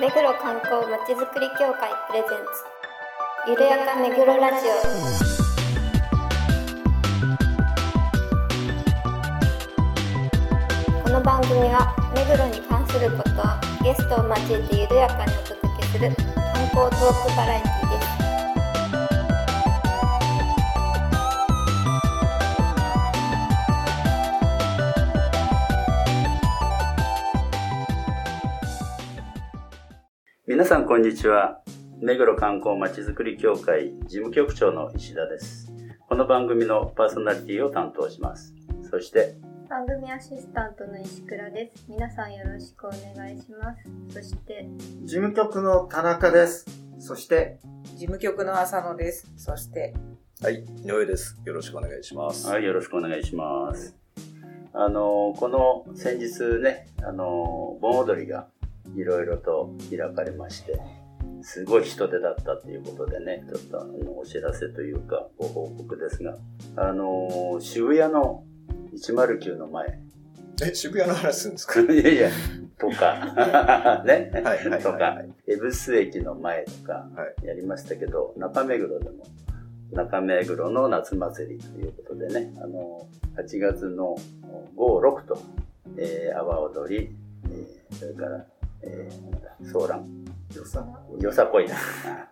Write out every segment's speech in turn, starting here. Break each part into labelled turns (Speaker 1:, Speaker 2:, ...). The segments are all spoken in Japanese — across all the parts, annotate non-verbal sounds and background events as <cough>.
Speaker 1: 目黒観光まちづくり協会プレゼンツゆるやか目黒ラジオこの番組は目黒に関することをゲストを交えてゆるやかにお届けする観光トークバラエティです
Speaker 2: 皆さんこんにちは目黒観光まちづくり協会事務局長の石田ですこの番組のパーソナリティを担当しますそして
Speaker 1: 番組アシスタントの石倉です皆さんよろしくお願いしますそして
Speaker 3: 事務局の田中です。そして、
Speaker 4: 事務局の浅野です。そして、
Speaker 5: はい、井上です。よろしくお願いします。
Speaker 2: はいよろしくお願いしますあのこの先日ねあの盆踊りがいろいろと開かれましてすごい人手だったということでねちょっとあのお知らせというかご報告ですがあの渋谷の109の前
Speaker 5: え、渋谷の話するんです
Speaker 2: いやいや、とか、ね、
Speaker 5: <laughs> はいはいはい
Speaker 2: とか、恵比寿駅の前とか
Speaker 5: は
Speaker 2: やりましたけど、中目黒でも、中目黒の夏祭りということでね、あの、8月の5、6と、えー、阿波踊り、えーそれから、えーなんだ、ソーラン、
Speaker 3: よさ
Speaker 2: よさこいだ。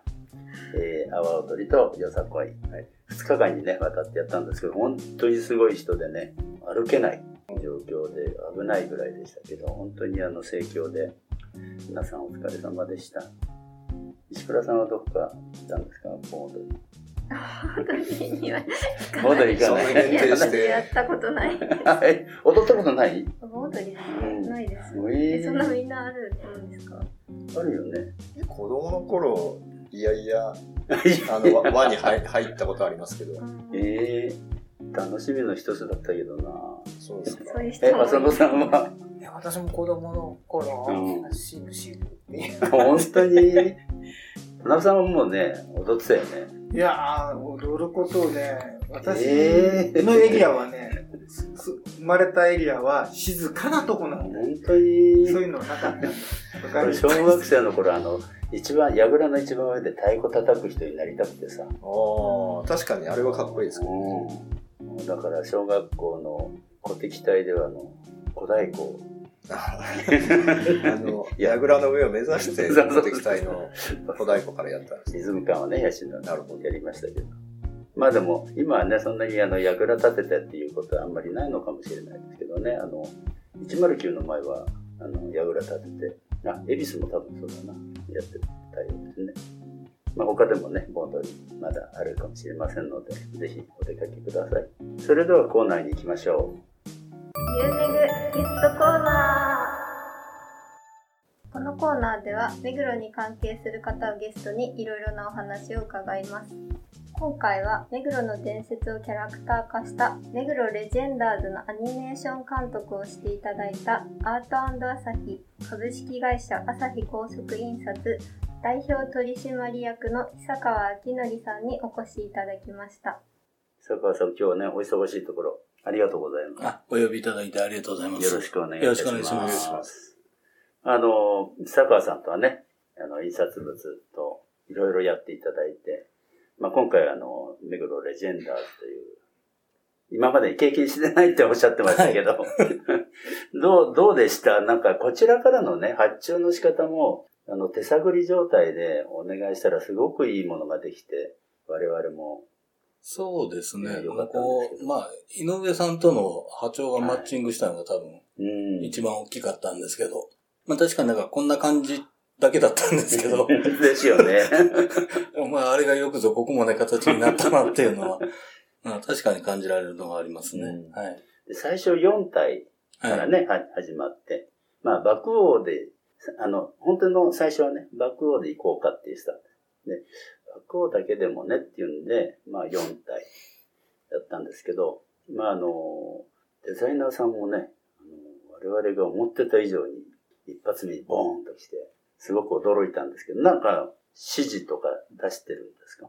Speaker 2: <laughs> えー阿波踊りとよさこい。はい、2日間にね、渡ってやったんですけど、本当にすごい人でね、歩けない状況で危ないぐらいでしたけど、本当にあの盛況で、皆さんお疲れ様でした。石倉さんはどこか行ったんですか盆踊り。盆踊り行かない。
Speaker 5: そんな限定して
Speaker 1: やったことない
Speaker 2: <laughs> え、踊ったことない
Speaker 1: 盆踊りないです、
Speaker 2: うん
Speaker 1: えそんなみんなあるもんですか
Speaker 2: あるよね。
Speaker 5: 子供の頃、いやいや、あ <laughs> の、わ輪に入入ったことありますけど。
Speaker 2: <laughs> えー、楽しみの一つだったけどな。
Speaker 5: そうですか
Speaker 1: そう。いう人
Speaker 2: え、
Speaker 1: も
Speaker 2: 浅野さんは
Speaker 4: え私も子供の頃、
Speaker 2: う
Speaker 4: しぶしぶっていう。
Speaker 2: 本当に。田中さんはもうね、踊ってたよね。
Speaker 3: いやー、踊ることをね、私
Speaker 2: えー
Speaker 3: のエリアはね、すす生まれたエリアは静かなとこなの。
Speaker 2: 本当に。
Speaker 3: そういうのなかったんです。だから
Speaker 2: 俺小学生の頃、あの、一番、櫓の一番上で太鼓叩く人になりたくてさ。
Speaker 5: ああ、確かにあれはかっこいいですけどね。
Speaker 2: うんだから小学校の小敵隊では、あの、小太鼓を
Speaker 5: あの、櫓の上を目指して、乗ってきたいの、小太鼓からやったんです。
Speaker 2: リズム感をね、養う
Speaker 5: なるほど
Speaker 2: やりましたけど。まあでも、今はね、そんなにあの、櫓立ててっていうことはあんまりないのかもしれないですけどね、あの、109の前は、あの、櫓立てて、あ、恵比寿も多分そうだな、やってたようですね。まあ他でもね、盆踊りまだあるかもしれませんので、ぜひお出かけください。それではコーナーに行きましょう。
Speaker 1: ゆるめぐゲストコーナーこのコーナーでは目黒に関係する方をゲストにいろいろなお話を伺います今回は目黒の伝説をキャラクター化した目黒レジェンダーズのアニメーション監督をしていただいたアートアサヒ株式会社アサヒ高速印刷代表取締役の久川明則さんにお越しいただきました
Speaker 2: 佐川さん、今日はね、お忙しいところ、ありがとうございます。
Speaker 6: あ、お呼びいただいてありがとうございます。
Speaker 2: よろしくお願いいたします。。
Speaker 6: よろしくお願いします
Speaker 2: あの、佐川さんとはね、あの、印刷物といろいろやっていただいて、まあ、今回あの、目黒レジェンダーズという、今まで経験してないっておっしゃってましたけど、 <laughs> どう、どうでしたなんか、こちらからのね、発注の仕方も、あの、手探り状態でお願いしたらすごくいいものができて、我々も、
Speaker 6: そうです
Speaker 2: いや
Speaker 6: ね。
Speaker 2: よか
Speaker 6: こ
Speaker 2: ったです
Speaker 6: こ
Speaker 2: けど、
Speaker 6: まあ、井上さんとの波長がマッチングしたのが多分
Speaker 2: うん。
Speaker 6: 一番大きかったんですけど、まあ確かになんかこんな感じだけだったんですけ
Speaker 2: <laughs>
Speaker 6: ど、
Speaker 2: ですよね。
Speaker 6: まああれがよくぞここまで形になったなっていうのは、まあ確かに感じられるのがありますね。
Speaker 2: うん
Speaker 6: はい。
Speaker 2: で最初4体か
Speaker 6: は
Speaker 2: ら
Speaker 6: い。
Speaker 2: ね、は始まって。まあ、爆王で、あの、本当の最初はね、爆王で行こうかって言ってたんです。で、爆王だけでもねっていうんで、まあ4体だったんですけど、まああの、デザイナーさんもね、あの我々が思ってた以上に一発目にボーンと来て、すごく驚いたんですけど、なんか指示とか出してるんですか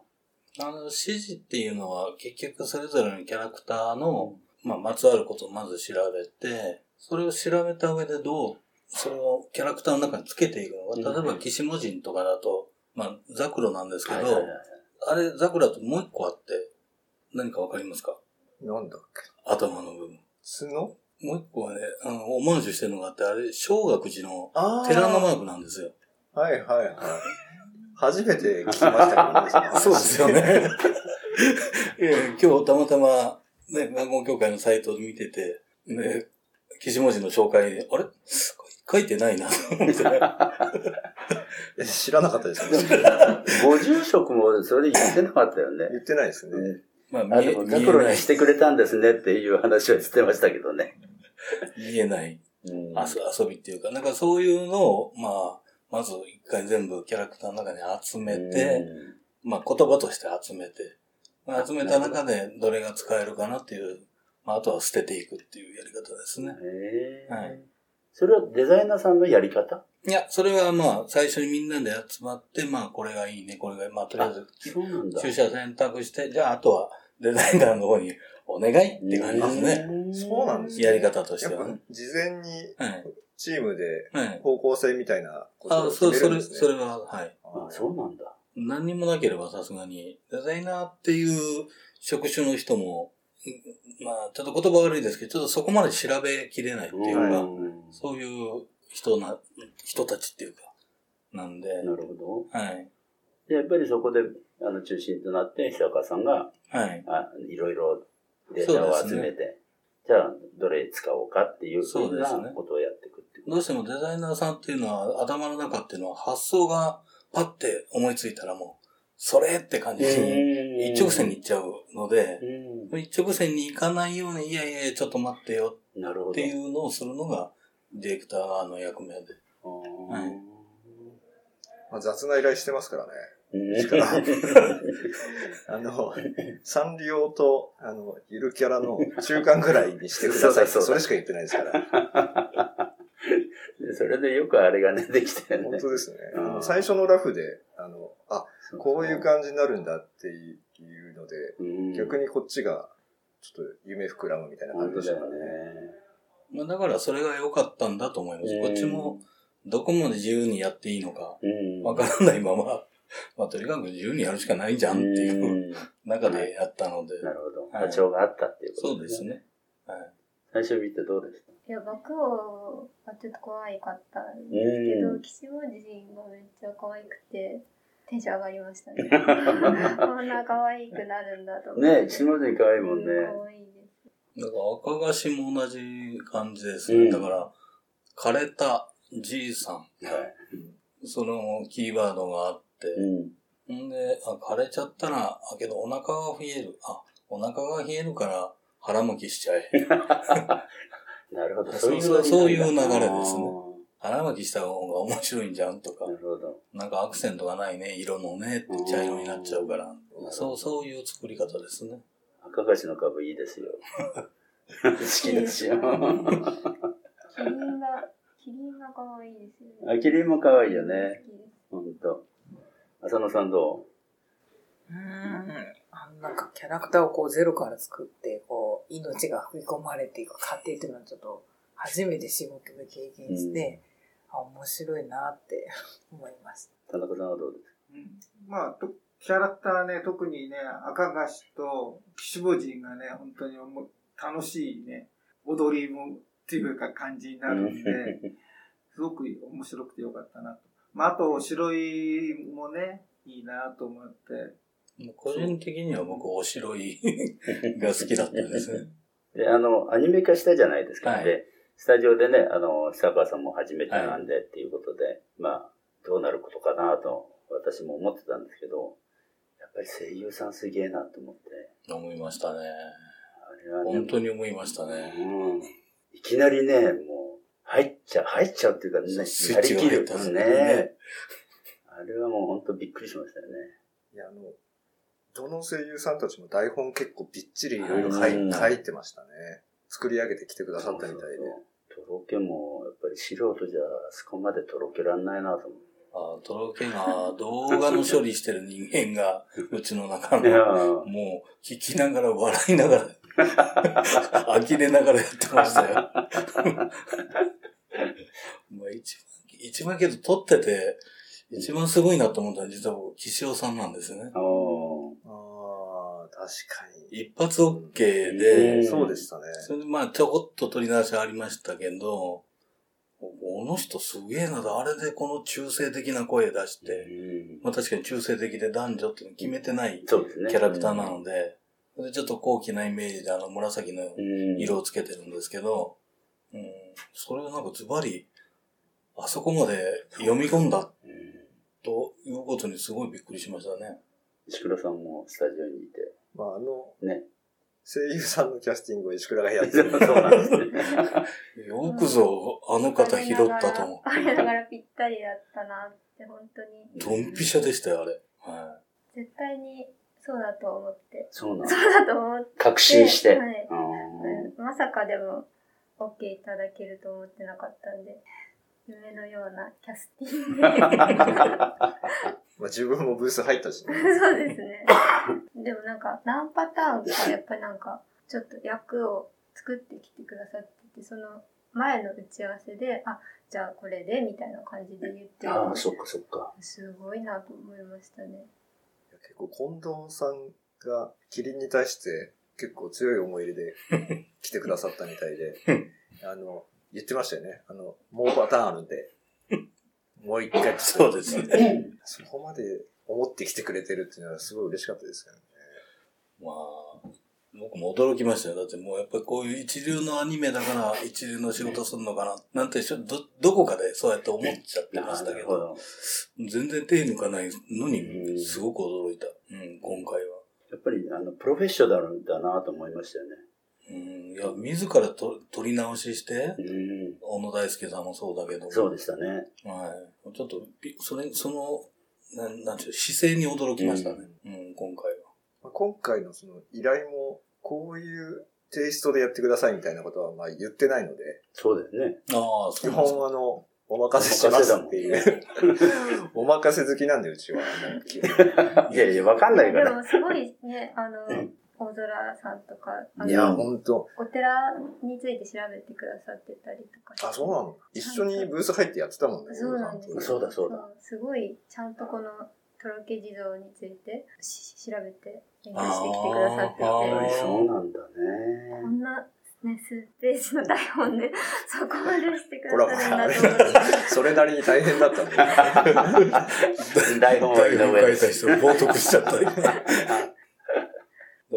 Speaker 6: あの、指示っていうのは結局それぞれのキャラクターの、まあまつわることをまず調べて、それを調べた上でどうそれをキャラクターの中につけていくのが、
Speaker 2: うん
Speaker 6: 例えば、岸モ人とかだと、まあ、ザクロなんですけ
Speaker 2: はい
Speaker 6: ど、
Speaker 2: はいはい
Speaker 6: あれ、ザクロだともう一個あって、何かわかりますか
Speaker 5: なんだっけ
Speaker 6: 頭の部分。
Speaker 5: 角
Speaker 6: もう一個はね、あの、おまんじゅしてるのがあって、あれ、小学寺の
Speaker 5: あ
Speaker 6: 寺のマークなんですよ。
Speaker 5: はいはいはい。初めて聞きましたけ <laughs> どね
Speaker 6: そうですよね。 <laughs> いや今日たまたま、ね、学校協会のサイトを見てて、ね、岸文字の紹介で、あれ書いてない <laughs> なと思って。
Speaker 5: 知らなかったですね。
Speaker 2: ご住職もそれ言ってなかったよね。
Speaker 5: 言ってないですね。
Speaker 6: まあ、見
Speaker 2: あ、で
Speaker 6: え
Speaker 2: も、
Speaker 6: 見
Speaker 2: ザ
Speaker 6: え
Speaker 2: クロ
Speaker 6: な
Speaker 2: に
Speaker 6: い
Speaker 2: し。てくれたんですねっていう話はしてましたけどね。
Speaker 6: 見えない
Speaker 2: うん
Speaker 6: 遊遊びっていうか、なんかそういうのを、まあ、まず一回全部キャラクターの中に集めて、まあ言葉として集めて、まあ、集めた中でどれが使えるかなっていう、まああとは捨てていくっていうやり方です
Speaker 2: う
Speaker 6: ね
Speaker 2: ん。へえ
Speaker 6: はい
Speaker 2: それはデザイナーさんのやり方
Speaker 6: いや、それはまあ最初にみんなで集まって、まあこれがいいね、これがいい、まあとりあえず
Speaker 2: うなん
Speaker 6: 注射選択して、じゃああとはデザイナーの方にお願いっていう感じですね。
Speaker 5: そうなんですね
Speaker 6: やり方とし
Speaker 5: やってぱ
Speaker 6: はね。
Speaker 5: 事前に
Speaker 6: はい。
Speaker 5: チームで
Speaker 6: はい。
Speaker 5: 方向性みたいなこと
Speaker 6: あ
Speaker 5: を
Speaker 6: そ
Speaker 5: 決め
Speaker 6: う、そ
Speaker 5: るん
Speaker 6: れ、
Speaker 5: ですね。
Speaker 6: それは、はい。
Speaker 2: あそうなんだ。
Speaker 6: 何にもなければさすがに、デザイナーっていう職種の人も、うんまあ、ちょっと言葉悪いですけど、ちょっとそこまで調べきれないっていうか、
Speaker 2: うん
Speaker 6: そういう人な、人たちっていうか、なんで、
Speaker 2: なるほど。
Speaker 6: はい。
Speaker 2: でやっぱりそこで、あの、中心となって、久川さんが、
Speaker 6: はい。
Speaker 2: あいろいろデータを集めて、じゃあ、どれ使おうかっていうふ
Speaker 6: そう
Speaker 2: う
Speaker 6: で
Speaker 2: な
Speaker 6: すね
Speaker 2: ことをやっていくっていう。
Speaker 6: どうしてもデザイナーさんっていうのは、頭の中っていうのは発想がパッて思いついたらもう、それって感じに、
Speaker 2: うん
Speaker 6: 一直線に行っちゃうので、
Speaker 2: う
Speaker 6: 一直線に行かないように、いやいやいや、ちょっと待ってよ
Speaker 2: ん。なるほ
Speaker 6: っ
Speaker 2: ど
Speaker 6: て。いうのをするのが、ディレクターの役目で。
Speaker 2: あー
Speaker 6: はい
Speaker 5: まあ、雑な依頼してま
Speaker 2: <laughs>
Speaker 5: すからね。
Speaker 2: うん
Speaker 5: あの、サンリオと、あの、ゆるキャラの中間ぐらいにしてくださいって、
Speaker 2: そうそうそう
Speaker 5: それしか言ってないですから。
Speaker 2: でそれでよくあれがね、できたよね
Speaker 5: 本。当ですね。
Speaker 2: <laughs>
Speaker 5: あ
Speaker 2: うん
Speaker 5: の最初のラフで、あの、あ、こういう感じになるんだっていうので、
Speaker 2: うん
Speaker 5: 逆にこっちが、ちょっと夢膨らむみたいな
Speaker 2: 本
Speaker 5: 感じ
Speaker 2: 当だ
Speaker 5: でした
Speaker 2: よ
Speaker 5: から
Speaker 2: ね
Speaker 5: ね。。
Speaker 6: まあ、だからそれが良かったんだと思います。
Speaker 2: うん
Speaker 6: こっちも、どこまで自由にやっていいのか、
Speaker 2: うん
Speaker 6: わからないまま、 <laughs> まあ、とにかく自由にやるしかないじゃんっていう
Speaker 2: うん
Speaker 6: 中でやったので、
Speaker 2: なるほど。
Speaker 6: はい
Speaker 2: 波長があったっていうこと
Speaker 6: そうです。ね。はい。
Speaker 2: 最初見てどうでした
Speaker 1: いや、爆王がちょっと怖いかったんですけど、
Speaker 2: う
Speaker 1: 岸本人がめっちゃ可愛くて、テンション上がりましたね。こんな可愛くなるんだと思って。
Speaker 2: ねえ、島津に可愛いも <laughs> んね。
Speaker 1: うん可愛いです。
Speaker 6: だから赤菓子も同じ感じです
Speaker 2: う
Speaker 6: ね。
Speaker 2: ん
Speaker 6: だから、枯れたじいさ
Speaker 2: はい。
Speaker 6: ん、そのキーワードがあって、
Speaker 2: うん。
Speaker 6: んで、あ、枯れちゃったな。あ、けどお腹が冷える。あ、お腹が冷えるから腹巻きしちゃえ。 <laughs>
Speaker 2: なるほど。
Speaker 6: そう
Speaker 2: のが
Speaker 6: そういう流れですね
Speaker 2: あ
Speaker 6: 腹巻きした方が面白いんじゃんとか
Speaker 2: ー、なるほど。
Speaker 6: なんかアクセントがないね、色のね、って茶色になっちゃうから。そう、そういう作り方ですね。
Speaker 2: 赤菓子の株いい
Speaker 6: <laughs>
Speaker 2: ですよ。好きです <laughs> よ。
Speaker 1: キリンが、キリンが可愛いですよね。
Speaker 2: あ、キリンも可愛いよね。
Speaker 1: 好きです
Speaker 2: ほんと。浅野さんど
Speaker 4: うーん。あのなんかキャラクターをこうゼロから作って、こう、命が吹き込まれていく過程っていうのはちょっと、初めて仕事で経験して、あ、面白いなって思いました。
Speaker 2: う田中さんはどうで
Speaker 3: まあ、とキャラクターね、特にね、赤菓子と岸坊人がね、本当におも楽しいね、踊りもっていうか感じになるんで、すごく面白くてよかったなと。まあ、あと、白いもね、いいなと思って。
Speaker 6: 個人的には僕、おしろいが好きだったんですね。
Speaker 2: すで、あの、アニメ化したじゃないですか。
Speaker 6: はい
Speaker 2: で、スタジオでね、あの、久川さんも初めてなんでっていうことで、まあ、どうなることかなと、私も思ってたんですけど、やっぱり声優さんすげえなと思って。
Speaker 6: 思いましたね。
Speaker 2: あれはね、
Speaker 6: 本当に思いましたね。
Speaker 2: うんいきなりね、もう、入っちゃう、入っちゃうっていうか、ね、
Speaker 6: スイ
Speaker 2: な
Speaker 6: ッ
Speaker 2: り
Speaker 6: チが
Speaker 2: き
Speaker 6: 入っ
Speaker 2: る
Speaker 6: たんです
Speaker 2: ね。
Speaker 6: ね
Speaker 2: ねあれはもう本当びっくりしましたよね。
Speaker 5: いや、あの、どの声優さんたちも台本結構びっちりいろいろ書
Speaker 2: うん
Speaker 5: い書いてましたね。作り上げてきてくださったみたいで。
Speaker 2: そうそうとろけも、やっぱり素人じゃ、あそこまでとろけらんないなと思う。
Speaker 6: あとろけが動画の処理してる人間
Speaker 2: <laughs>
Speaker 6: が、うちの中 <laughs>
Speaker 2: いや
Speaker 6: の、もう聞きながら笑いなが
Speaker 2: <laughs>
Speaker 6: ら、呆れながらやってましたよ。もう一番けど撮ってて、一番すごいなと思ったのは実は僕、岸尾さんなんですね。
Speaker 2: おー
Speaker 5: ああ、確かに。
Speaker 6: 一発 OK
Speaker 2: う
Speaker 6: で
Speaker 2: ん、
Speaker 5: そうでしたね。
Speaker 6: それでまあちょこっと取り出しありましたけど、この人すげえな、あれでこの中性的な声出して、
Speaker 2: う
Speaker 6: まあ確かに中性的で男女っていうの決めてない
Speaker 2: んそうですね。
Speaker 6: キャラクターなので、でちょっと高貴なイメージであの紫の
Speaker 2: うん。
Speaker 6: 色をつけてるんですけど、うん、それをなんかズバリ、あそこまで読み込んだ
Speaker 2: うん。
Speaker 6: ということにすごいびっくりしましたね。
Speaker 2: 石黒さんもスタジオにいて。
Speaker 5: まあ、あの、
Speaker 2: ね。
Speaker 5: 声優さんのキャスティングを石倉がやっ
Speaker 2: <laughs>
Speaker 5: て
Speaker 2: そ
Speaker 5: る。
Speaker 2: うなんですね。
Speaker 6: よくぞ、あの方拾ったと思
Speaker 1: 我ながらぴったりだったなって、本当
Speaker 6: う。
Speaker 1: に。
Speaker 6: ドンピシャでしたよ、あれ。は
Speaker 1: 絶対にそうだと思って。
Speaker 2: そうなん
Speaker 1: そうだと思って。
Speaker 2: 確信して。
Speaker 1: はい
Speaker 2: あー
Speaker 1: まさかでも OK いただけると思ってなかったんで、夢のようなキャスティング。
Speaker 6: <laughs>
Speaker 5: まあ、自分もブース入ったし、
Speaker 2: <laughs>
Speaker 5: ね。
Speaker 1: そうですね。でもなんか何パターンかやっぱりなんかちょっと役を作ってきてくださってて、その前の打ち合わせで、あ、じゃあこれでみたいな感じで言って
Speaker 2: あー、そっかそっか。
Speaker 1: すごいなと思いましたね。
Speaker 5: 結構近藤さんがキリンに対して結構強い思い入れで
Speaker 2: <laughs>
Speaker 5: 来てくださったみたいで、あの、言ってましたよね。あの、もうパターンあるん
Speaker 2: <laughs>
Speaker 5: で、もう一回
Speaker 6: い。そうですね。
Speaker 5: そこまで思ってきてくれてるっていうのはすごい嬉しかったですけどね。
Speaker 6: まあ、僕も驚きましたよ。だってもうやっぱりこういう一流のアニメだから一流の仕事するのかな、なんてしょど、どこかでそうやって思っちゃってましたけど、。全然手抜かないの
Speaker 2: う
Speaker 6: に、
Speaker 2: ん
Speaker 6: すごく驚いた。うん、今回は。
Speaker 2: やっぱり、あの、プロフェッショナルだなと思いましたよね。
Speaker 6: うん、いや、自らと撮り直しして、
Speaker 2: うん。
Speaker 6: 小野大輔さんもそうだけど、
Speaker 2: そうでしたね。
Speaker 6: はい。ちょっとび、それ、その、なんなんていう、姿勢に驚きましたね。うん、今回は。
Speaker 5: まあ、今回のその依頼も、こういうテイストでやってくださいみたいなことはまあ言ってないので、
Speaker 2: そうだよね。
Speaker 6: <laughs> ああ、そ
Speaker 5: 基
Speaker 6: うです
Speaker 5: 本あの、お任せしますっていう。お任せ好きなんで、うちは。もう基本
Speaker 2: いやいや、わかんないか
Speaker 1: で
Speaker 2: ら。
Speaker 1: もすごい
Speaker 5: <laughs>
Speaker 1: ね、あ
Speaker 2: う
Speaker 1: の、大空さんとか、あ
Speaker 5: いや、
Speaker 1: の、
Speaker 5: ほんと。
Speaker 1: お寺について調べてくださってたりとかして。
Speaker 5: あ、そうなの一緒にブース入ってやってたもんね。
Speaker 1: そうなんですよ
Speaker 2: そうだそうだ。
Speaker 1: すごい、ちゃんとこのとろけ地蔵についてし調べて勉強してきてくださってて、
Speaker 6: あーあー
Speaker 2: そうなんだ
Speaker 1: こ
Speaker 2: ね。
Speaker 1: んな、ね、数ページの台本で <laughs> そこまでしてく
Speaker 5: ほ
Speaker 1: だ
Speaker 5: ら
Speaker 1: さる
Speaker 5: ほ
Speaker 1: んだと思って。
Speaker 5: ら、それなりに大変だったね。 <laughs>
Speaker 2: <laughs> 台本は井上
Speaker 6: 書
Speaker 2: で
Speaker 6: いた
Speaker 2: す。
Speaker 6: 人を冒涜しち
Speaker 2: <laughs>
Speaker 6: ゃった。だ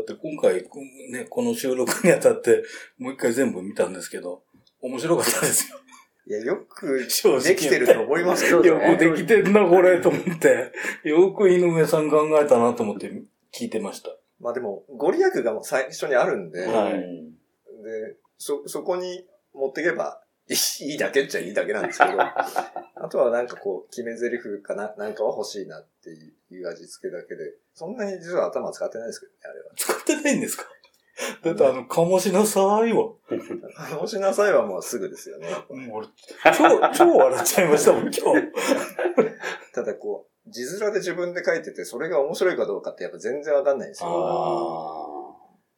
Speaker 6: って今回、こんね、この収録にあたって、もう一回全部見たんですけど、面白かったで
Speaker 2: <laughs>
Speaker 6: すよ。
Speaker 5: いや、よく
Speaker 6: 正直。
Speaker 5: できてると思いますけど
Speaker 2: そう
Speaker 6: よ
Speaker 2: だね
Speaker 6: くできてんな、これ、と思って。よく井上さん考えたなと思って聞いてました。
Speaker 5: まあでも、ご利益がもう最初にあるんで、
Speaker 6: <laughs> は
Speaker 5: で、
Speaker 6: い
Speaker 2: うん
Speaker 5: そ、そこに持っていけば、いいいいだけっちゃいいだけなんですけど、あとはなんかこう、決め台詞かな、なんかは欲しいなっていう味付けだけで、そんなに実は頭使ってないですけどね、あれは。
Speaker 6: 使ってないんですかだってあの、かもしなさいは。も
Speaker 5: 直しなさいはもうすぐですよね。
Speaker 6: う俺、超、超笑っちゃい
Speaker 2: <laughs>
Speaker 6: ましたもん、今日。
Speaker 5: ただこう、字面で自分で書いてて、それが面白いかどうかってやっぱ全然わかんないんですよ。
Speaker 2: あ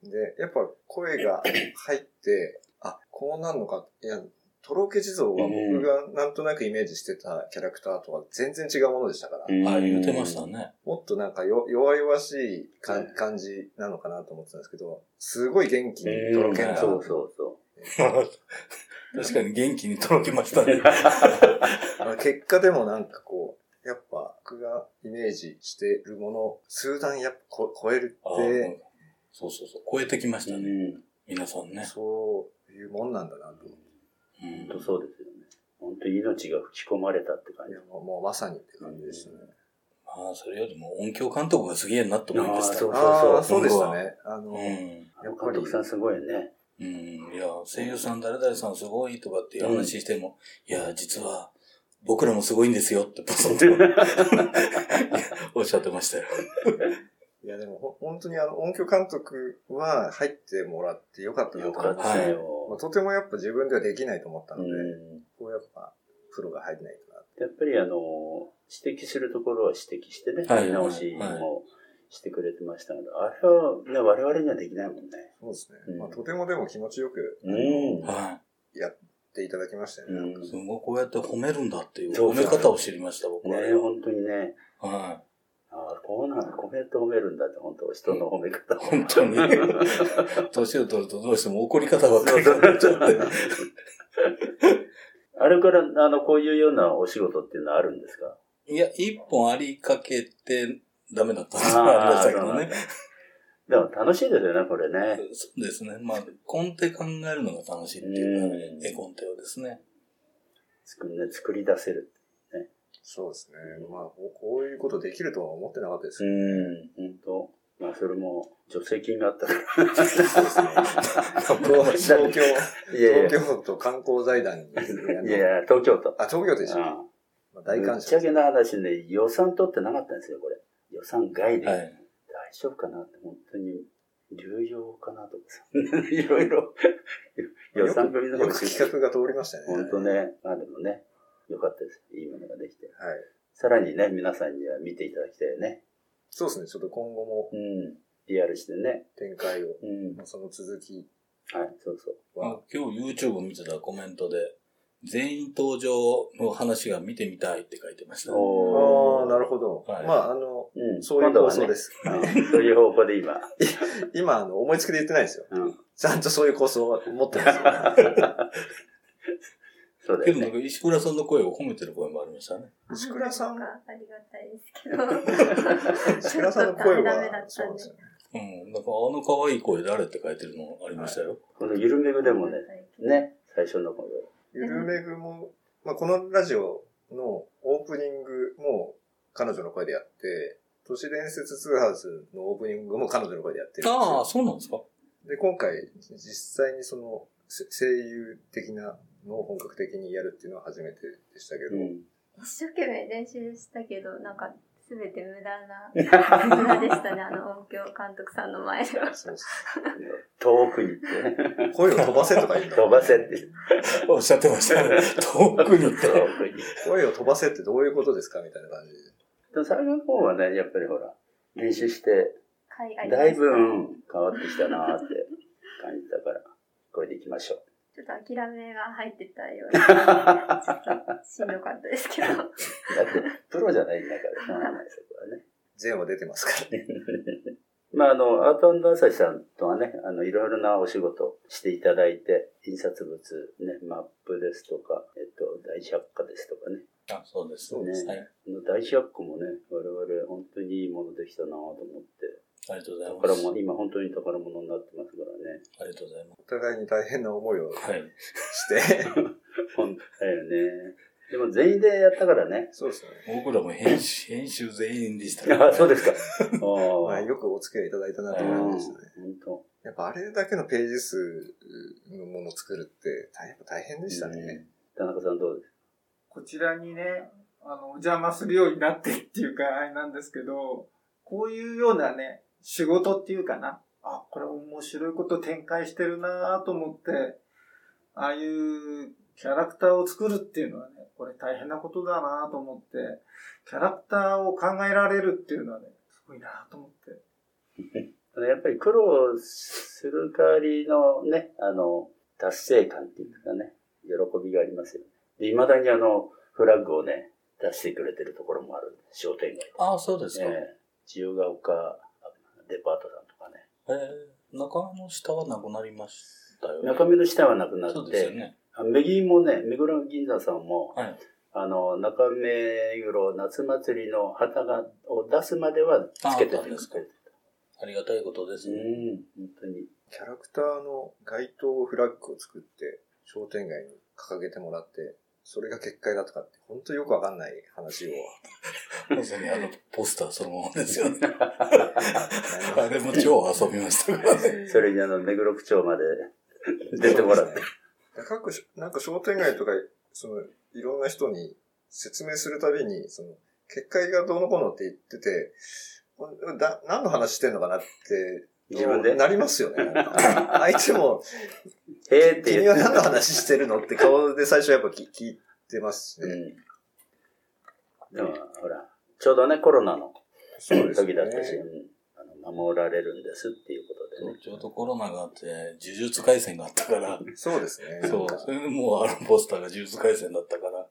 Speaker 5: で、やっぱ声が入って、あ、こうなんのか、いや、とろけ地蔵は僕がなんとなくイメージしてたキャラクターとは全然違うものでしたから、
Speaker 2: ー。
Speaker 6: あ、言ってましたね。 <laughs>
Speaker 5: もっとなんかよ弱々しいか
Speaker 2: うん
Speaker 5: 感じなのかなと思ってたんですけど、すごい元気にと
Speaker 2: と
Speaker 5: ろ
Speaker 2: ろ
Speaker 5: け
Speaker 2: け
Speaker 5: んだ。
Speaker 2: そうそう
Speaker 6: <laughs>
Speaker 2: そ
Speaker 6: 確かに元気にとろけまし
Speaker 2: <laughs>
Speaker 6: たね。
Speaker 5: まあ結果でもなんかこう、やっぱ僕がイメージしてるものを数段やっぱこ超える
Speaker 6: あ
Speaker 5: っ
Speaker 6: ー
Speaker 5: て、
Speaker 6: そうそうそう。超えてきまし
Speaker 2: う。
Speaker 6: た
Speaker 2: う
Speaker 6: ね。
Speaker 2: ん。
Speaker 6: 皆さんね。
Speaker 5: そういうもんなんだなと。
Speaker 6: う
Speaker 2: 本
Speaker 6: ん
Speaker 2: 当そうですよね。本当に命が吹き込まれたって感
Speaker 5: い
Speaker 2: じ
Speaker 5: や。もうもうまさにって感じでしたね。
Speaker 6: まあ、それよりも音響監督がすげえなって思いました。
Speaker 2: あーそう
Speaker 5: ああ、
Speaker 6: そ
Speaker 5: そううで
Speaker 6: そう
Speaker 5: したね。あの、
Speaker 6: うん。
Speaker 2: やっぱり監督さんすごいよ <laughs> ね。
Speaker 6: うん。いや、声優さん誰々さんすごいとかっていう話しても、いや、実は、僕らもすごいんですよって、ポソンと <laughs> おっしゃってましたよ。
Speaker 5: いやでもほ本当にあの音響監督は入ってもらってよかったな
Speaker 2: よ
Speaker 5: と思
Speaker 2: か
Speaker 5: い
Speaker 2: っ
Speaker 5: ます。
Speaker 2: た
Speaker 5: まあ、
Speaker 2: よ。
Speaker 5: とてもやっぱ自分ではできないと思った
Speaker 2: う
Speaker 5: ので、
Speaker 2: ん
Speaker 5: こうやっぱプロが入んないかなって。
Speaker 2: やっぱりあの、指摘するところは指摘してね、
Speaker 6: はい
Speaker 2: 見直しもしてくれてましたので、あれはね、我々にはできないもんね。
Speaker 5: そうですね。
Speaker 2: うん
Speaker 5: まあとてもでも気持ちよく
Speaker 2: うん
Speaker 6: は
Speaker 5: やっっていただきましたよね。なんか
Speaker 6: すごいこうやって褒めるんだっていう
Speaker 2: そう
Speaker 6: 褒め方を知りました、僕は。
Speaker 2: ね本当にね、
Speaker 6: は
Speaker 2: ああ、こうなんコメント褒めるんだって、本当人の褒め方 <laughs>
Speaker 6: い。本当に。年を取るとどうしても怒り方ばっかりになっちゃって。
Speaker 2: <laughs> あれから、あの、こういうようなお仕事っていうのはあるんですか
Speaker 6: いや、一本ありかけてダメだったんです
Speaker 2: あー
Speaker 6: ありましたけどね。
Speaker 2: <laughs> でも楽しいですよね、これね。
Speaker 6: そうですね。まあ、根底考えるのが楽しいっていうか、
Speaker 2: うん
Speaker 6: 絵コンテをですね。
Speaker 2: 作ね作り出せる。
Speaker 5: そうですね。まあ、こうこういうことできるとは思ってなかったですけ
Speaker 2: ん、本当まあ、それも、助成金があったか <laughs>
Speaker 5: ど。そうですね。東東京、
Speaker 2: ら。いやい
Speaker 5: 東
Speaker 2: や、
Speaker 5: 京都観光財団に。
Speaker 2: いやいや東京都。
Speaker 5: あ、東京都でした。
Speaker 2: あ
Speaker 5: まあ
Speaker 2: あ
Speaker 5: 大
Speaker 2: ぶ
Speaker 5: 感
Speaker 2: っち
Speaker 5: 謝
Speaker 2: ゃ。けな話ね、予算取ってなかったんですよ、これ。予算外で。
Speaker 6: は
Speaker 2: 大
Speaker 6: い。
Speaker 2: 丈夫かなって、本当に、流用かなとかさ。 <laughs> いろいろ、予算組の
Speaker 5: よく企画が通りましたね。
Speaker 2: 本当ね。まあでもね、良かったです。いいものができて。
Speaker 5: はい。
Speaker 2: さらにね、皆さんには見ていただきたいよね。
Speaker 5: そうですね。ちょっと今後も
Speaker 2: うん。リアルしてね。
Speaker 5: 展開を、
Speaker 2: うん
Speaker 5: まあ、その続き
Speaker 2: はい、そうそう。
Speaker 6: あ今日 YouTube 見てたコメントで、全員登場の話が見てみたいって書いてましたね。
Speaker 5: ああ、なる
Speaker 2: ほ
Speaker 5: ほど。
Speaker 6: はい
Speaker 5: まあ、あの、
Speaker 2: ど。うん、
Speaker 5: そういう
Speaker 2: 今度
Speaker 5: 放
Speaker 2: はね
Speaker 5: 送です。
Speaker 2: うんそういう方向で今。 <laughs>
Speaker 5: 今、あの、思いつきで言ってないですよ。
Speaker 2: うん。
Speaker 5: ちゃんとそういう構想を持ってますよ。
Speaker 2: <laughs> そうだ
Speaker 6: け
Speaker 2: よ
Speaker 6: どなん
Speaker 2: ね。
Speaker 6: か石倉さんの声を褒めてる声もありましたね。
Speaker 5: 石倉さん
Speaker 1: なん、かありがたいです
Speaker 5: <laughs> 石
Speaker 1: けど。
Speaker 5: 倉さんの声
Speaker 1: ちょっとダメだ
Speaker 5: は、
Speaker 1: っ
Speaker 5: そ
Speaker 1: た
Speaker 5: うんで
Speaker 1: です
Speaker 5: よね。
Speaker 6: うん。なんかあの可愛い声誰って書いてるのありましたよ。
Speaker 2: このゆるめぐでもね、
Speaker 1: ね。
Speaker 2: ね、最初の頃。
Speaker 5: ゆるめぐも、まあ、このラジオのオープニングも彼女の声でやって、都市伝説ツーハウスのオープニングも彼女の声でやってるんです
Speaker 6: ああ、
Speaker 5: よ。
Speaker 6: そうなんですか
Speaker 5: で、今回、実際にその、せ声優的なのを本格的にやるっていうのは初めてでしたけど、
Speaker 1: 一生懸命練習したけど、なんか、すべて
Speaker 2: <laughs>
Speaker 1: 無駄な、無駄でしたね、あの音響監督さんの前では。
Speaker 5: そうです
Speaker 2: 遠くに行ってね、 <laughs>
Speaker 5: 声を飛ばせとか言うんだ
Speaker 2: 飛ばせって。
Speaker 6: おっしゃってましたね。 <laughs> 遠くにって
Speaker 2: 遠。くに。
Speaker 5: 声を飛ばせってどういうことですかみたいな感じで。
Speaker 2: でも最後の方はね、やっぱりほら、練習して、
Speaker 1: 海外
Speaker 2: だいぶ
Speaker 1: ちょ
Speaker 2: 変わってきたなーって感じたから、これでいきましょう。 <laughs>
Speaker 1: っと諦めが入ってたような、ちょっとしんどかったですけど。
Speaker 2: だって、プロじゃないんだから、しょうがない、そこはね。
Speaker 5: 全話出てますからね。
Speaker 2: まあ、あの、アート朝日さんとはね、あの、いろいろなお仕事していただいて、印刷物、ね、マップですとか、えっと、大百科ですとかね。
Speaker 6: あ、そうです。
Speaker 5: そう
Speaker 2: です
Speaker 6: はい。
Speaker 2: あの大百科もね、我々本当にいいものできたなと思って、
Speaker 6: ありがとうございます。
Speaker 2: 宝物、今本当に宝物になってますからね。
Speaker 6: ありがとうございま
Speaker 5: お互いに大変な思いを
Speaker 6: す。はい。
Speaker 2: <laughs>
Speaker 5: して、
Speaker 2: 本当だよね。でも全員でやったからね。
Speaker 5: そうですね。
Speaker 6: 僕らも編集、編集全員でしたから
Speaker 2: あそう
Speaker 5: <laughs>
Speaker 2: ですか。
Speaker 5: ま
Speaker 2: あ
Speaker 5: あ、
Speaker 2: あ。
Speaker 5: よくお付き合いいただいたなと
Speaker 2: う
Speaker 5: 思い
Speaker 2: ん、
Speaker 5: ま
Speaker 2: 本
Speaker 5: したね。
Speaker 2: 当。
Speaker 5: やっぱあれだけのページ数のものを作るって大変大変でしたね。
Speaker 2: 田中さんどうです
Speaker 3: こちらにね、あの、お邪魔するようになってっていうか、あれなんですけど、こういうようなね、仕事っていうかな。あ、これ面白いこと展開してるなぁと思って、ああいうキャラクターを作るっていうのはね、これ大変なことだなぁと思って、キャラクターを考えられるっていうのはね、すごいなぁと思って。
Speaker 2: あのやっぱり苦労する代わりのね、あの、達成感っていうかね、喜びがありますよね。で、未だにあの、フラッグをね、出してくれてるところもある。商店街。
Speaker 6: ああ、そうですか。え
Speaker 2: ええ自由が丘デパートさんとかね。
Speaker 6: ー、中目の下はなくなりましたよね。
Speaker 2: 中身の下はなくな
Speaker 6: そう
Speaker 2: っ
Speaker 6: ですよ
Speaker 2: て、
Speaker 6: ね。
Speaker 2: あ目銀もね、目黒銀座さんも、
Speaker 6: はい。
Speaker 2: あの、中目黒夏祭りの旗が、を出すまではつけて
Speaker 6: ああっ
Speaker 2: て
Speaker 6: たんです
Speaker 2: く
Speaker 6: か
Speaker 2: れて
Speaker 6: ありがたいことです
Speaker 2: う
Speaker 6: ね。
Speaker 2: ん、本当に。
Speaker 5: キャラクターの街頭フラッグを作って商店街に掲げてもらって、それが結界だとかって、本当よくわかんない
Speaker 2: <laughs>
Speaker 5: 話を。
Speaker 6: まさにあの、ポスターそのままですよね。あ
Speaker 5: <laughs> あ <laughs>
Speaker 6: れも超遊びましたからね。
Speaker 2: それにあの、目黒区長まで <laughs> 出てもらって。
Speaker 5: 各所なんか商店街とか、その、いろんな人に説明するたびに、その、結界がどうのこうのって言ってて、これだ何の話してんのかなって、
Speaker 2: 自分で
Speaker 5: なりますよ
Speaker 2: <laughs>
Speaker 5: ね。なんか相手も、
Speaker 2: ええって
Speaker 5: 君
Speaker 2: 言
Speaker 5: は
Speaker 2: って。
Speaker 5: 何の話してるのって顔で最初やっぱ聞聞いてますし
Speaker 2: う
Speaker 5: ね。
Speaker 2: ん。でも、ほら、ちょうどね、コロナの
Speaker 5: そうです
Speaker 2: 時
Speaker 5: ね
Speaker 2: だったし、うんあの守られるんですっていうことでね。
Speaker 6: ちょうどコロナがあって、呪術回戦があったから、
Speaker 5: そうですね。
Speaker 6: そう、それでもうあのポスターが呪術回戦だったから、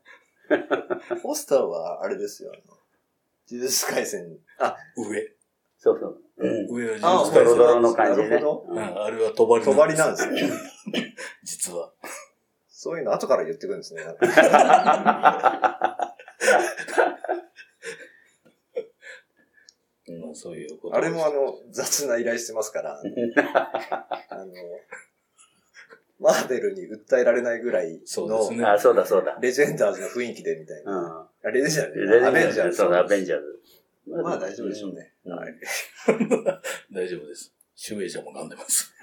Speaker 5: ポスターはあれですよ。あの呪術廻戦。あ、
Speaker 6: 上。
Speaker 2: そうそう。うん。
Speaker 6: 上が
Speaker 5: あ
Speaker 6: 呪
Speaker 5: ー
Speaker 6: 術
Speaker 2: ド
Speaker 6: 回
Speaker 2: ロ
Speaker 6: 戦。
Speaker 2: ドロの感じ
Speaker 5: な
Speaker 2: ね。
Speaker 5: るほ
Speaker 6: う、
Speaker 2: うんん
Speaker 6: あれは帳。
Speaker 5: 帳張りなんですすね。
Speaker 6: 実は。
Speaker 5: そういうの後から言ってくるんですね。
Speaker 6: まあそういうこと。
Speaker 5: あれもあの、雑な依頼してます
Speaker 2: <laughs>
Speaker 5: から。あの、マーベルに訴えられないぐらい
Speaker 6: そうです
Speaker 5: の
Speaker 2: <laughs>
Speaker 6: ね。
Speaker 2: あ、そうだそうだ。
Speaker 5: レジェンダーズの雰囲気でみたいな。
Speaker 2: うん。
Speaker 5: あレジェンダーズじゃ
Speaker 2: レ
Speaker 5: ないアベ
Speaker 2: ベン
Speaker 5: ンジ
Speaker 2: ジ
Speaker 5: ャ
Speaker 2: ャ
Speaker 5: ー
Speaker 2: ー
Speaker 5: ズ。
Speaker 2: ズ。そうだ、アベンジャーズ。
Speaker 5: まあ大丈夫でしょうね。
Speaker 2: うん
Speaker 5: はい。
Speaker 6: <laughs> 大丈夫です。集英者も噛んでます。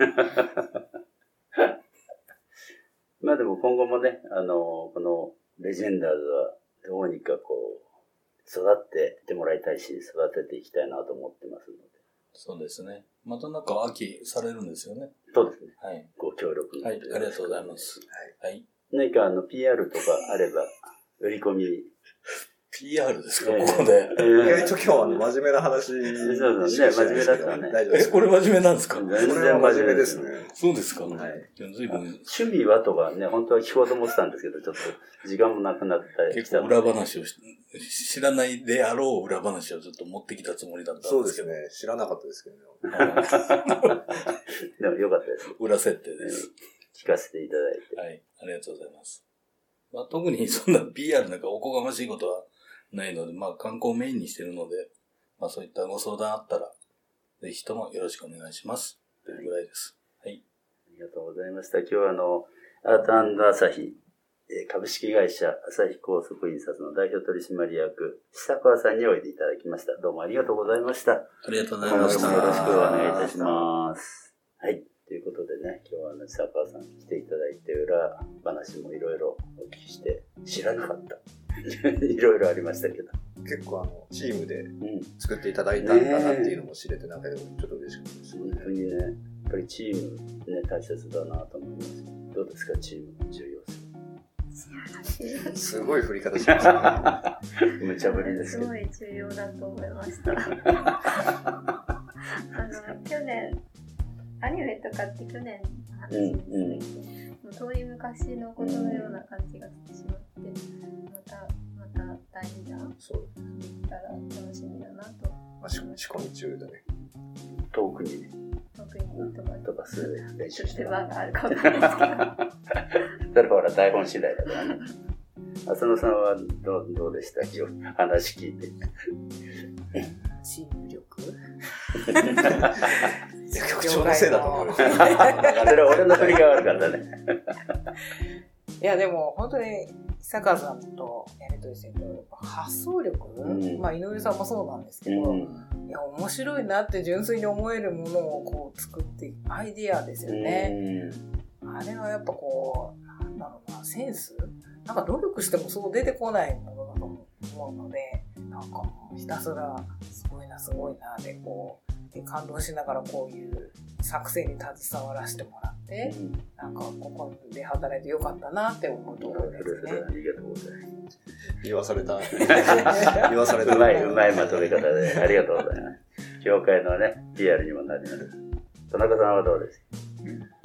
Speaker 2: まあでも今後もね、あの、このレジェンダーズはどうにかこう、育っていってもらいたいし、育てていきたいなと思ってますので。
Speaker 6: そうですね。またなんか秋されるんですよね。
Speaker 2: そうですね。
Speaker 6: はい。
Speaker 2: ご協力の
Speaker 6: は
Speaker 2: ほ
Speaker 6: い
Speaker 2: ど。
Speaker 6: ありがとうございます。はい。
Speaker 2: 何かあの、PR とかあれば、売り込み。
Speaker 6: PR ですか、
Speaker 2: ええ
Speaker 6: ここで。
Speaker 5: 意外と今日はあの真面目な話そう
Speaker 2: そうね真面目だったね
Speaker 5: 大丈夫で
Speaker 6: え、
Speaker 5: す。
Speaker 6: これ真面目なんですか、
Speaker 2: 全
Speaker 5: これは真面目ですね。。
Speaker 6: そうですか、
Speaker 5: はい
Speaker 6: いや随分、
Speaker 2: 趣味はとかね、本当は聞こうと思ってたんですけど、ちょっと時間もなくなったりし
Speaker 6: 結
Speaker 2: た
Speaker 6: 構
Speaker 2: ので
Speaker 6: 裏話をし、知らないであろう裏話をちょっと持ってきたつもりだった
Speaker 5: そ
Speaker 6: ん
Speaker 5: う
Speaker 6: で
Speaker 5: です
Speaker 6: け
Speaker 5: す
Speaker 6: ど。
Speaker 5: ね。知らなかったですけどね。
Speaker 2: <laughs> でもよかったです。
Speaker 6: 裏設定です。
Speaker 2: 聞かせていただいて。
Speaker 6: はい。ありがとうございます。まあ、特にそんな PR なんかおこがましいことはないので、まあ、観光をメインにしてるので、まあ、そういったご相談あったら、ぜひともよろしくお願いします。というぐらいです。はい。
Speaker 2: ありがとうございました。今日はあの、アートアサヒ、えー株式会社朝日高速印刷の代表取締役、久川さんにおいでいただきました。どうもありがとうございました。
Speaker 6: ありがとうござい
Speaker 2: 今
Speaker 6: ま
Speaker 2: 後
Speaker 6: し
Speaker 2: と
Speaker 6: た。
Speaker 2: もよろしくお願いいたします。はい。ということでね、今日はあの、久川さん来ていただいて、裏話もいろいろお聞きして、知らなかった。 <laughs> いろいろありましたけど。
Speaker 5: 結構あの、チームで
Speaker 2: うん。
Speaker 5: 作っていただいたんだなっていうのも知れて、なんかちょっと嬉しかったです。
Speaker 2: 本当にね、やっぱりチームね、大切だなと思います。どうですか、チームの重要
Speaker 5: すごい振り方しましたね。
Speaker 2: 性。無茶ぶりです
Speaker 1: す
Speaker 2: けど
Speaker 1: ご。い重要だと思いました。あの去年アニメとかって去年の話ですけど、もう遠い昔のことのような感じがしてしまって、またまた第二弾
Speaker 5: そう。
Speaker 1: できたら楽しみだなと
Speaker 5: まあ、仕仕込み中だね。
Speaker 2: 遠くにね
Speaker 1: 特にとか
Speaker 2: 飛ばす練習して
Speaker 1: 手
Speaker 2: ま <laughs>
Speaker 1: 番があるかもしれないですけど。
Speaker 2: す。それはほら、台本次第だからね。浅野さんはどうどうでした今日話聞いて。
Speaker 4: チーム力
Speaker 5: いや、局長のせいだと思うよ。
Speaker 2: それは俺の振りが悪かったね。
Speaker 4: いやでも本当に久川さんとやりとりしてると発想力、
Speaker 2: ん
Speaker 4: まあ井上さんもそうなんですけ
Speaker 2: う
Speaker 4: ど、
Speaker 2: ん。
Speaker 4: いや面白いなって純粋に思えるものをこう作っていくアイディアですよね、あれはやっぱこうなんだろうなセンスなんか努力してもそう出てこないものだと思うのでなんかもうひたすらすごいなすごいなでこうで感動しながらこういう作成に携わらせてもらって、なんかここで働いてよかったなって思うと
Speaker 2: そ
Speaker 4: ころで
Speaker 2: れ
Speaker 4: す
Speaker 2: そ <laughs>
Speaker 4: ね。
Speaker 2: れありがとうございます。
Speaker 5: 言わされた。
Speaker 4: は
Speaker 5: 言わされた。
Speaker 2: うまい、うまいまとめ方で、ありがとうございます。協会のね、PR にもなります。田中さんはどうです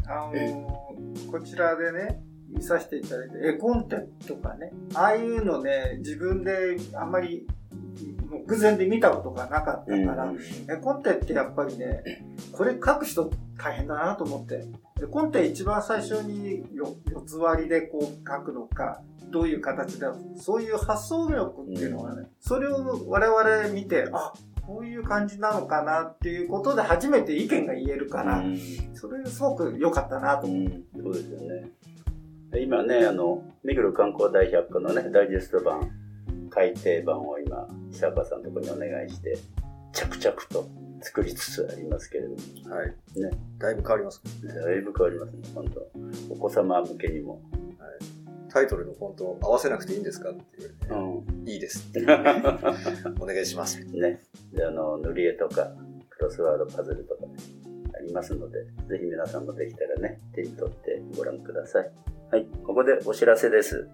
Speaker 2: か
Speaker 3: あのーこちらでね、見させていただいて、絵コンテとかね、ああいうのね、自分であんまり、もう偶然で見たことがなかったから、絵コンテってやっぱりね、これ書く人大変だなと思って、絵コンテ一番最初によ四つ割りでこう書くのか、どういう形だ、そういう発想力っていうのがね、それを我々見て、あ、こういう感じなのかなっていうことで初めて意見が言えるから、それすごく良かったなと思
Speaker 2: うん、そうですよね。今ね、あの、目黒観光大百科のね、ダイジェスト版、改訂版を今、久川さんのところにお願いして、着々と作りつつありますけれども、
Speaker 5: はい。
Speaker 2: ね
Speaker 5: だいぶ変わります。
Speaker 2: だいぶ変わりますね、本当お子様向けにも。
Speaker 5: タイトルのフォントを合わせなくていいんですかって言われ
Speaker 2: <laughs>
Speaker 5: て、
Speaker 2: う
Speaker 5: いいですって。お願いします。
Speaker 2: ん。ね。で、あの、塗り絵とか、クロスワードパズルとかね、ありますので、ぜひ皆さんもできたらね、手に取ってご覧ください。はい、ここでお知らせです。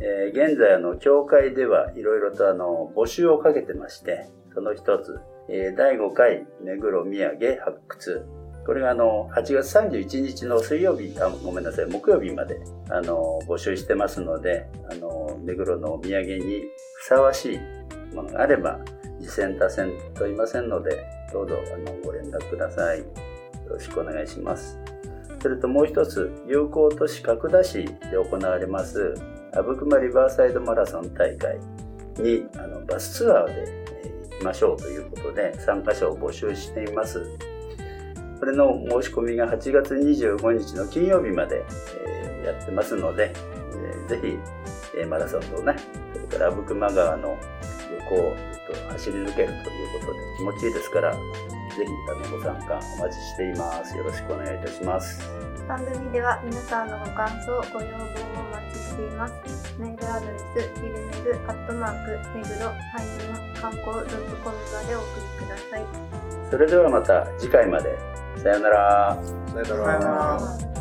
Speaker 2: えー現在あの、協会ではいろいろとあの、募集をかけてまして、その一つ、えー第5回目黒宮城発掘。これがあの、8月31日の水曜日、あ、ごめんなさい、木曜日まで、あの、募集してますので、あの、目黒のお土産にふさわしいものがあれば、次戦他戦問いませんので、どうぞ、あの、ご連絡ください。よろしくお願いします。それともう一つ、友好都市角田市で行われます、阿武隈リバーサイドマラソン大会にあのバスツアーで、えー行きましょうということで参加者を募集していますこれの申し込みが8月25日の金曜日まで、えーやってますので、えーぜひ、えーマラソンとねそれから阿武隈川の横を、えっと走り抜けるということで気持ちいいですからぜひあのご参加お待ちしていますよろしくお願いいたします
Speaker 1: 番組では皆さんのご感想、ご要望をお待ちしています。メールアドレス、ゆるめぐ、アットマーク、めぐろ、ハイフン、観光、ドットコムまでお送りください。
Speaker 2: それではまた次回までさようなら
Speaker 5: さよな
Speaker 3: さよな
Speaker 5: ら
Speaker 3: ら。